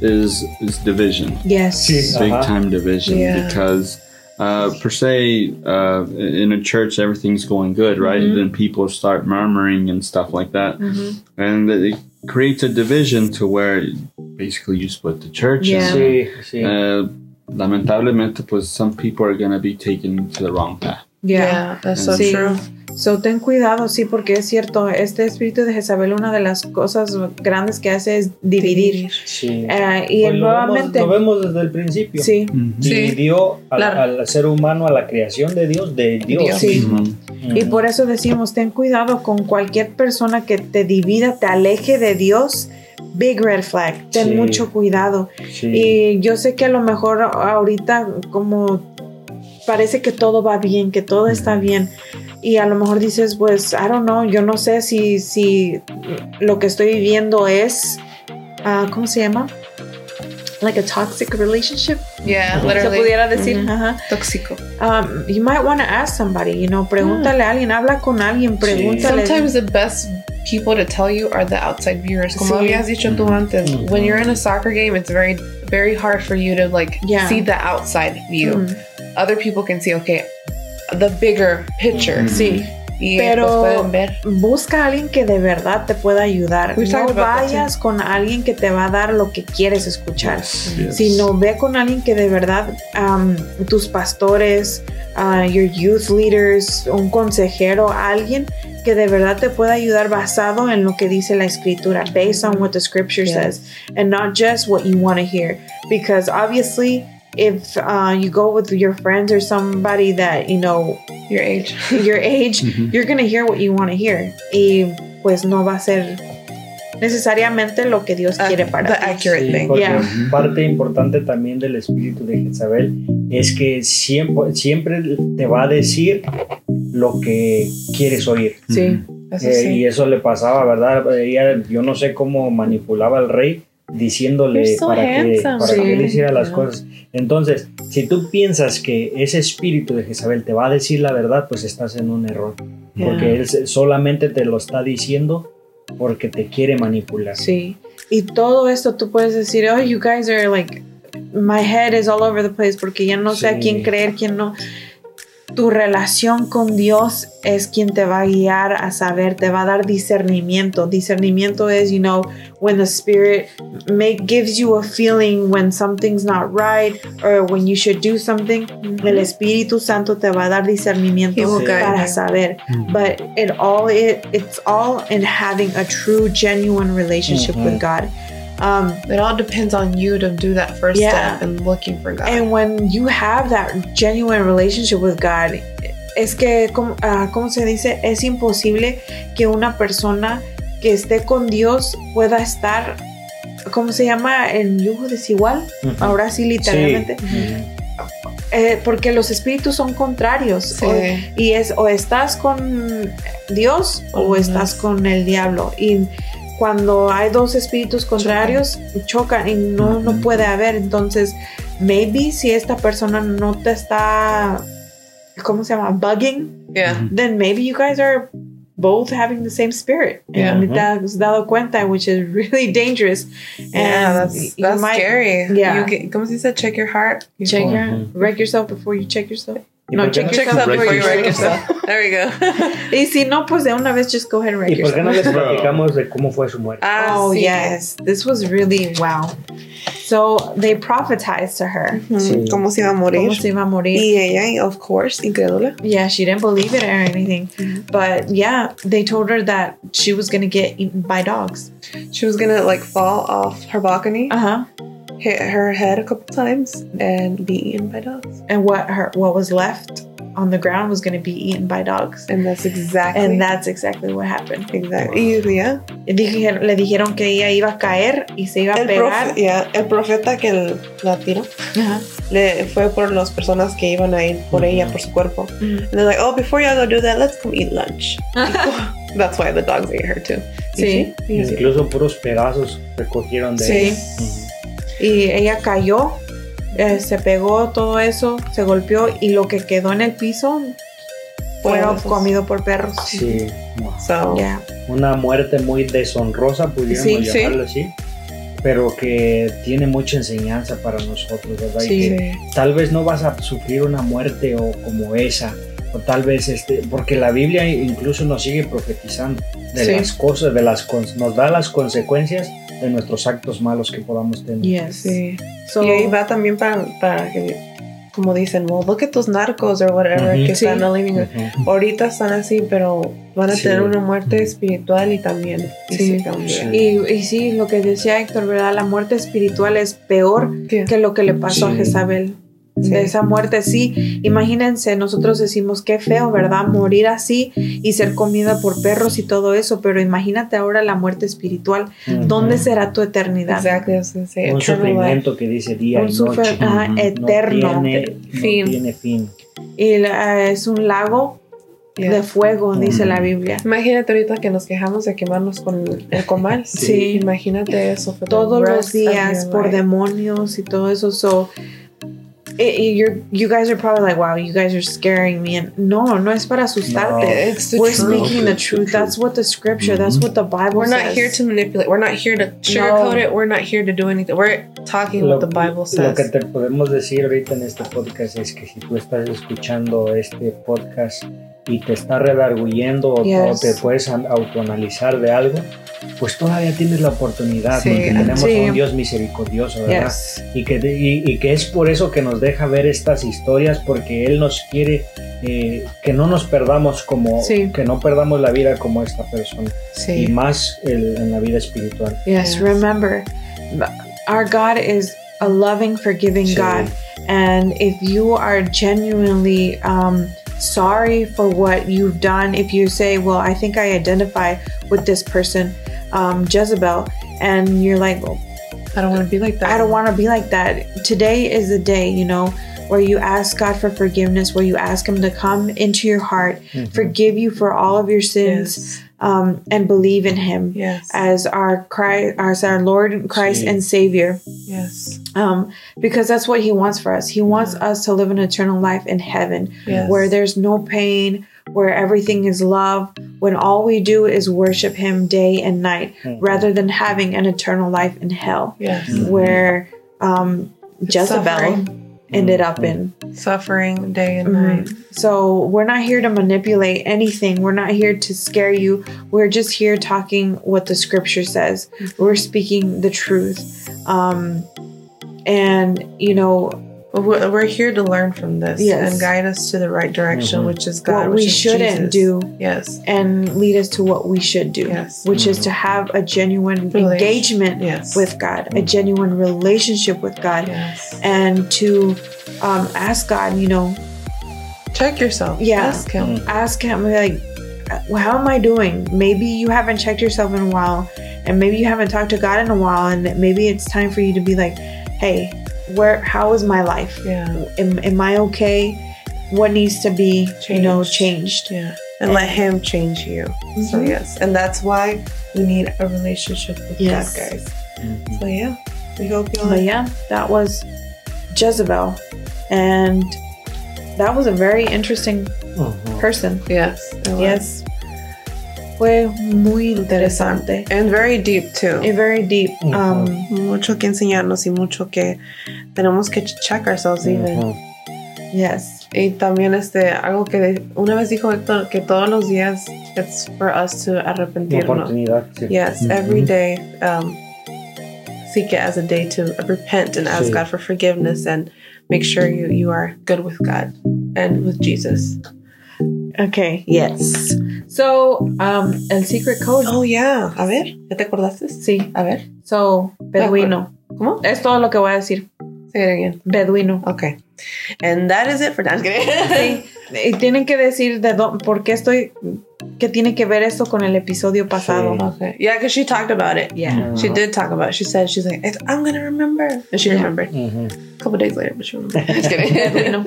S5: is is division,
S4: Yes.
S2: Sí.
S5: big
S2: Uh-huh.
S5: time division,
S3: Yeah.
S5: because uh, per se uh, in a church everything's going good, right?
S4: Mhm.
S5: then people start murmuring and stuff like that,
S4: Mhm.
S5: and it creates a division to where basically you split the church.
S4: Yeah.
S5: And,
S2: Sí, sí.
S5: uh, lamentablemente, pues some people are gonna be taken to the wrong path.
S4: yeah.
S3: that's so
S4: Sí.
S3: true.
S4: So ten cuidado, sí, porque es cierto, este espíritu de Jezabel, una de las cosas grandes que hace es dividir.
S2: sí.
S4: Eh, y
S2: Pues
S4: él
S2: lo, vemos,
S4: nuevamente.
S2: lo vemos desde el principio.
S4: Sí,
S3: Sí.
S2: Dividió al,
S3: claro.
S2: al ser humano, a la creación de Dios, de Dios.
S3: Dios.
S4: sí.
S5: Mhm.
S2: Ujú.
S4: Y por eso decimos, ten cuidado con cualquier persona que te divida, te aleje de Dios. Big red flag, ten
S2: Sí.
S4: mucho cuidado.
S2: Sí.
S4: Y yo sé que a lo mejor ahorita como parece que todo va bien, que todo está bien. Y a lo mejor dices, pues, I don't know, yo no sé si, si lo que estoy viviendo es, ah, ¿cómo se llama? Like a toxic relationship,
S3: Yeah,
S4: se
S3: literally.
S4: pudiera decir.
S3: Ujú.
S4: Ajá.
S3: Tóxico.
S4: Um, you might want to ask somebody, you know, pregúntale a alguien, habla con alguien, pregúntale.
S3: Sometimes the best people to tell you are the outside viewers. Como
S4: Sí.
S3: habías dicho tú antes,
S2: Mhm.
S3: when you're in a soccer game, it's very, very hard for you to like
S4: Yeah.
S3: see the outside view.
S4: Mm,
S3: Other people can see, okay, the bigger picture.
S5: Mhm.
S4: Sí,
S3: Y
S4: Pero-
S3: pues pueden ver.
S4: busca a alguien que de verdad te pueda ayudar.
S3: We've
S4: No
S3: talked about that,
S4: vayas con alguien que te va a dar lo que quieres escuchar,
S5: Yes.
S4: sino ve con alguien que de verdad um, tus pastores, uh, your youth leaders, un consejero, alguien que de verdad te pueda ayudar basado en lo que dice la escritura, based on what the scripture
S3: Yeah.
S4: says. and not just what you want to hear. Because obviously, if uh, you go with your friends or somebody that you know
S3: Your age.
S4: your [LAUGHS] age,
S5: Mhm.
S4: you're gonna hear what you want to hear, y pues no va a ser necesariamente lo que Dios
S3: Uh,
S4: quiere para
S3: the
S4: ti.
S3: accurate
S2: Sí,
S3: thing.
S2: porque
S4: Yeah.
S2: Parte importante también del espíritu de Jezabel es que siempre, siempre te va a decir lo que quieres oír.
S4: Sí,
S3: Eso
S2: Eh,
S3: sí.
S2: y eso le pasaba, ¿verdad? Ella- yo no sé cómo manipulaba al rey diciéndole
S3: You're so
S2: para, que,
S3: handsome.
S2: para que él
S4: Sí.
S2: hiciera las
S3: Ajá.
S2: cosas. Entonces, si tú piensas que ese espíritu de Jezabel te va a decir la verdad, pues estás en un error. Porque él se- solamente te lo está diciendo porque te quiere manipular.
S4: sí. Y todo esto tú puedes decir, oh, you guys are like, my head is all over the place porque ya no sé a
S2: Sí.
S4: quién creer, quién no. Tu relación con Dios es quien te va a guiar a saber, te va a dar discernimiento. Discernimiento es, you know, when the Spirit make, gives you a feeling when something's not right or when you should do something. El Espíritu Santo te va a dar discernimiento
S3: He will
S2: Sí.
S3: guide
S4: para
S3: you.
S4: saber. But it all it, it's all in having a true, genuine relationship with
S2: Mhm.
S4: God. Um,
S3: It all depends on you to do that first
S4: Yeah.
S3: step and looking for God.
S4: And when you have that genuine relationship with God, es que, como, ah, ¿cómo se dice? Es imposible que una persona que esté con Dios pueda estar, ¿cómo se llama? En yugo desigual.
S2: Ujú.
S4: Ahora sí, literalmente.
S2: Ujú.
S4: Eh, porque los espíritus son contrarios. O-
S3: Sí.
S4: y es o estás con Dios o
S3: Ujú.
S4: estás con el diablo. Y cuando hay dos espíritus contrarios, chocan y no, no
S5: Ujú.
S4: puede haber. Entonces, maybe si esta persona no te está, ¿cómo se llama? Bugging,
S3: Yeah.
S4: then maybe you guys are both having the same spirit.
S3: Yeah.
S4: And te has dado cuenta, which is really dangerous.
S3: Yeah,
S4: And
S3: that's
S4: you
S3: that's
S4: might
S3: scary.
S4: Yeah.
S3: You get, como se dice, check your heart.
S4: Check
S3: People.
S4: your,
S2: Ujú.
S4: wreck yourself before you check yourself.
S2: ¿Y
S4: No,
S2: por qué
S4: check
S3: Check
S4: yourself
S3: yourself before you wreck
S4: yourself.
S3: yourself. [LAUGHS] There we go.
S4: [LAUGHS] Y si no, pues de una vez just go ahead and wreck
S2: ¿Y por
S4: yourself.
S2: qué no
S4: [LAUGHS]
S2: les
S5: Bro.
S2: platicamos de cómo fue su muerte?
S3: Ah,
S4: Oh,
S3: sí.
S4: yes. This was really wow. So they prophetized to her.
S2: Sí.
S3: Cómo se iba a morir.
S4: Mm-hmm. ¿Cómo se iba a morir?
S3: Y ella, of course, incrédula.
S4: Yeah, she didn't believe it or anything.
S3: Mm-hmm.
S4: But yeah, they told her that she was going to get eaten by dogs.
S3: She was gonna like fall off her balcony,
S4: Uh huh.
S3: hit her head a couple times, and be eaten by dogs.
S4: And what her what was left on the ground was going to be eaten by dogs.
S3: And that's exactly
S4: And that's exactly what happened.
S3: exactly. Y, yeah.
S4: Dijeron- le dijeron que ella iba a caer y se iba a
S3: El,
S4: pegar. Uh-huh.
S3: profe- yeah, el profeta que el- la tiró
S4: Ajá.
S3: le fue por las personas que iban a ir por ella,
S2: Ujú.
S3: por su cuerpo.
S4: Ujú.
S3: And they're like, oh, before y'all go do that, let's come eat
S4: [LAUGHS]
S3: lunch. [LAUGHS] That's why the dogs ate her too.
S4: Sí.
S3: Y sí.
S2: Incluso puros pedazos recogieron de
S4: Sí.
S2: él.
S4: Y ella cayó eh, se pegó todo eso, se golpeó y lo que quedó en el piso fue
S3: Bueno, eso es-
S4: comido por perros.
S2: Sí, no.
S3: So,
S4: Ya.
S2: una muerte muy deshonrosa, pudiéramos
S4: Sí, sí.
S2: llamarlo así, pero que tiene mucha enseñanza para nosotros, ¿verdad? Y
S4: Sí.
S2: que tal vez no vas a sufrir una muerte o como esa, o tal vez este, porque la Biblia incluso nos sigue profetizando de
S4: Sí.
S2: las cosas, de las cons- nos da las consecuencias de nuestros actos malos que podamos tener.
S4: Yes.
S3: sí.
S4: So,
S3: y ahí va también para, para que, como dicen, well, look at those narcos or whatever
S2: Ujú.
S3: que
S4: Sí.
S3: están living.
S2: Ujú.
S3: Ahorita están así, pero van a
S2: Sí.
S3: tener una muerte espiritual y también
S4: Sí.
S3: física. un día.
S4: y, y sí, lo que decía Héctor, ¿verdad? La muerte espiritual es peor
S3: Sí.
S4: que lo que le pasó a
S2: Sí.
S4: Jezabel.
S3: Sí.
S4: De esa muerte, sí. Imagínense, nosotros decimos qué feo, ¿verdad? Morir así y ser comida por perros y todo eso, pero imagínate ahora la muerte espiritual. ¿Dónde
S2: Ujú.
S4: será tu eternidad?
S3: Exactly, I was gonna say,
S2: Un
S3: eternal life.
S2: sufrimiento que dice día
S4: Un
S2: y noche.
S4: sufrimiento ajá,
S5: Ujú.
S2: No
S4: eterno.
S2: tiene,
S3: Fin.
S2: No tiene fin.
S4: Y la- es un lago
S3: Yeah.
S4: de fuego, dice la Biblia.
S3: Imagínate ahorita que nos quejamos de quemarnos con el
S2: [LAUGHS]
S3: comal.
S4: Sí.
S3: Imagínate eso. for the
S4: Todos los
S3: rest of your
S4: días por
S3: life.
S4: demonios y todo eso. So, eh, eh, you're- you guys are probably like, wow, you guys are scaring me. And no, no es para
S2: Oh,
S4: asustarte.
S3: It's the
S4: We're
S3: truth.
S4: speaking the
S5: It's the
S4: truth.
S5: truth.
S4: That's what the scripture, that's
S5: Mhm.
S4: what the Bible
S3: We're
S4: says.
S3: not here to manipulate. We're not here to sugarcoat
S4: No.
S3: it. We're not here to do anything. We're talking
S2: Lo-
S3: what the Bible
S2: Lo que
S3: says.
S2: te podemos decir ahorita en este podcast es que si tú estás escuchando este podcast y te está redarguyendo o,
S4: Yes.
S2: o te puedes an- autoanalizar de algo, pues todavía tienes la oportunidad
S3: Sí,
S2: porque tenemos
S4: sí.
S2: a un Dios misericordioso, ¿verdad?
S4: Yes.
S2: Y, que, de- y, y que es por eso que nos deja ver estas historias porque Él nos quiere eh, que no nos perdamos como,
S4: Sí.
S2: que no perdamos la vida como esta persona
S3: Sí.
S2: y más el- en la vida espiritual.
S4: Yes,
S3: Yes.
S4: remember, our God is a loving, forgiving
S2: Sí.
S4: God. And if you are genuinely um, sorry for what you've done, if you say, Well, I think I identify with this person, um, Jezebel, and you're like, well,
S3: I don't want to be like that.
S4: I don't want to be like that. Today is the day, you know, where you ask God for forgiveness, where you ask Him to come into your heart,
S2: Ujú.
S4: forgive you for all of your sins,
S3: Yes.
S4: um, and believe in Him.
S3: Yes.
S4: As our Christ, as our Lord and Christ
S2: Sí.
S4: and Savior,
S3: Yes.
S4: um, because that's what He wants for us. He wants us to live an eternal life in heaven,
S3: Yes.
S4: where there's no pain, where everything is love, when all we do is worship Him day and night,
S2: Ujú.
S4: rather than having an eternal life in hell,
S3: Yes.
S2: Mhm.
S4: where um, Jezebel
S3: Suffering. Mm-hmm.
S4: ended up in.
S3: Suffering day and
S4: Mhm.
S3: night.
S4: So we're not here to manipulate anything. We're not here to scare you. We're just here talking what the scripture says. We're speaking the truth. Um, and you know
S3: But We're we're here to learn from this
S4: Yes.
S3: and guide us to the right direction,
S2: Mhm.
S3: which is God.
S4: what
S3: which
S4: we
S3: is
S4: shouldn't
S3: Jesus.
S4: do
S3: Yes.
S4: and lead us to what we should do,
S3: Yes.
S4: which is to have a genuine
S3: Relation-
S4: engagement
S3: Yes.
S4: with God, a
S2: Mhm.
S4: genuine relationship with God,
S3: Yes.
S4: and to um, ask God, you know,
S3: Check yourself.
S4: Yeah.
S3: Ask him.
S2: Mm.
S4: ask him like well, how am i doing maybe you haven't checked yourself in a while and maybe you haven't talked to god in a while and maybe it's time for you to be like hey where how is my life
S3: Yeah.
S4: am, am i okay what needs to be you know
S3: Changed.
S4: changed
S3: Yeah. And let him change you. So
S4: Mhm.
S3: yes. And that's why we need a relationship with
S4: Yes. Oh,
S3: God, guys.
S2: Ujú.
S3: So yeah. We hope you all
S4: but yeah that was jezebel and that was a very interesting
S2: Ujú.
S4: person
S3: Yes. it was.
S4: yes fue muy interesante
S3: And very deep too.
S4: and very deep um
S3: mucho que enseñarnos y mucho que tenemos que check ourselves even.
S2: Ujú.
S4: yes
S3: Y también este algo que de- una vez dijo Héctor que todos los días it's for us to arrepentirnos.
S2: oportunidad. sí.
S3: Yes,
S2: Ujú.
S3: every day. Um, seek it as a day to repent and ask
S2: Sí.
S3: God for forgiveness and make sure you, you are good with God and with Jesus.
S4: okay yes So, um, el secret code.
S3: Oh, yeah. A ver, ¿ya te acordaste?
S4: Sí.
S3: A ver.
S4: So, beduino.
S3: ¿Cómo?
S4: Es todo lo que voy a decir.
S3: Say it again.
S4: Beduino.
S3: Okay. And that is it for now. I'm kidding.
S4: Y tienen que decir de dónde, por qué estoy, qué tiene que ver esto con el episodio pasado.
S2: Sí.
S3: okay. Yeah, because she talked about it.
S4: Yeah.
S2: Ujú.
S3: She did talk about it. She said, she's like, "It's- I'm going to remember. And she
S4: Yeah.
S3: remembered
S2: Ujú.
S3: a couple days later, but she remembered. Just
S4: [LAUGHS]
S3: kidding. [LAUGHS]
S4: Beduino.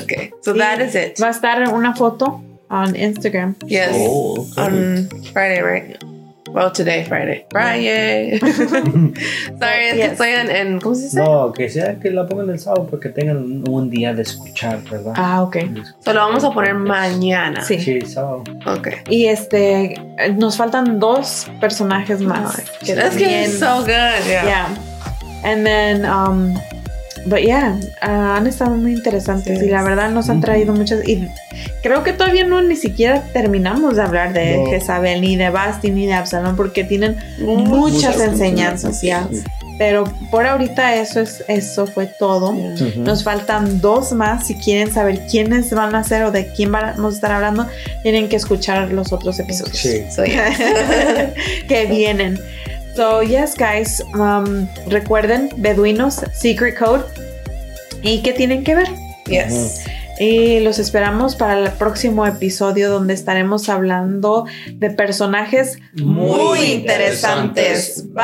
S3: okay. So
S4: Sí.
S3: that is it.
S4: Va a estar en una foto on Instagram.
S3: Yes.
S5: Oh, okay.
S3: On Friday, right?
S6: Well, today, Friday.
S3: [LAUGHS]
S2: [LAUGHS]
S6: Friday. Sorry, es que
S4: Yes.
S6: estoy en, en- ¿Cómo se dice?
S2: No, que sea que la pongan el sábado porque tengan un, un día de escuchar, ¿verdad?
S4: Ah, ok.
S6: So, lo vamos a poner mañana.
S4: Sí.
S2: Sí, sábado.
S6: Ok.
S4: Y este, eh, nos faltan dos personajes más. que
S6: That's
S4: también-
S6: getting so good. Yeah.
S4: Yeah. And then, um, but yeah, ah, han estado muy interesantes
S6: Sí.
S4: y la verdad nos han traído muchas. Y creo que todavía no ni siquiera terminamos de hablar de
S2: No.
S4: Jezabel, ni de Basti, ni de Absalón, porque tienen
S6: Mm.
S4: muchas, enseñanzas, ya. Pero por ahorita eso es, eso fue todo.
S2: Ujú.
S4: Nos faltan dos más. Si quieren saber quiénes van a ser o de quién vamos a estar hablando, tienen que escuchar los otros episodios
S2: Sí.
S6: So, yeah.
S4: que vienen. So, yes, guys, um, recuerden, beduinos, secret code. ¿Y qué tienen que ver?
S6: Yes.
S4: Y los esperamos para el próximo episodio donde estaremos hablando de personajes
S6: Muy interesantes. Bye.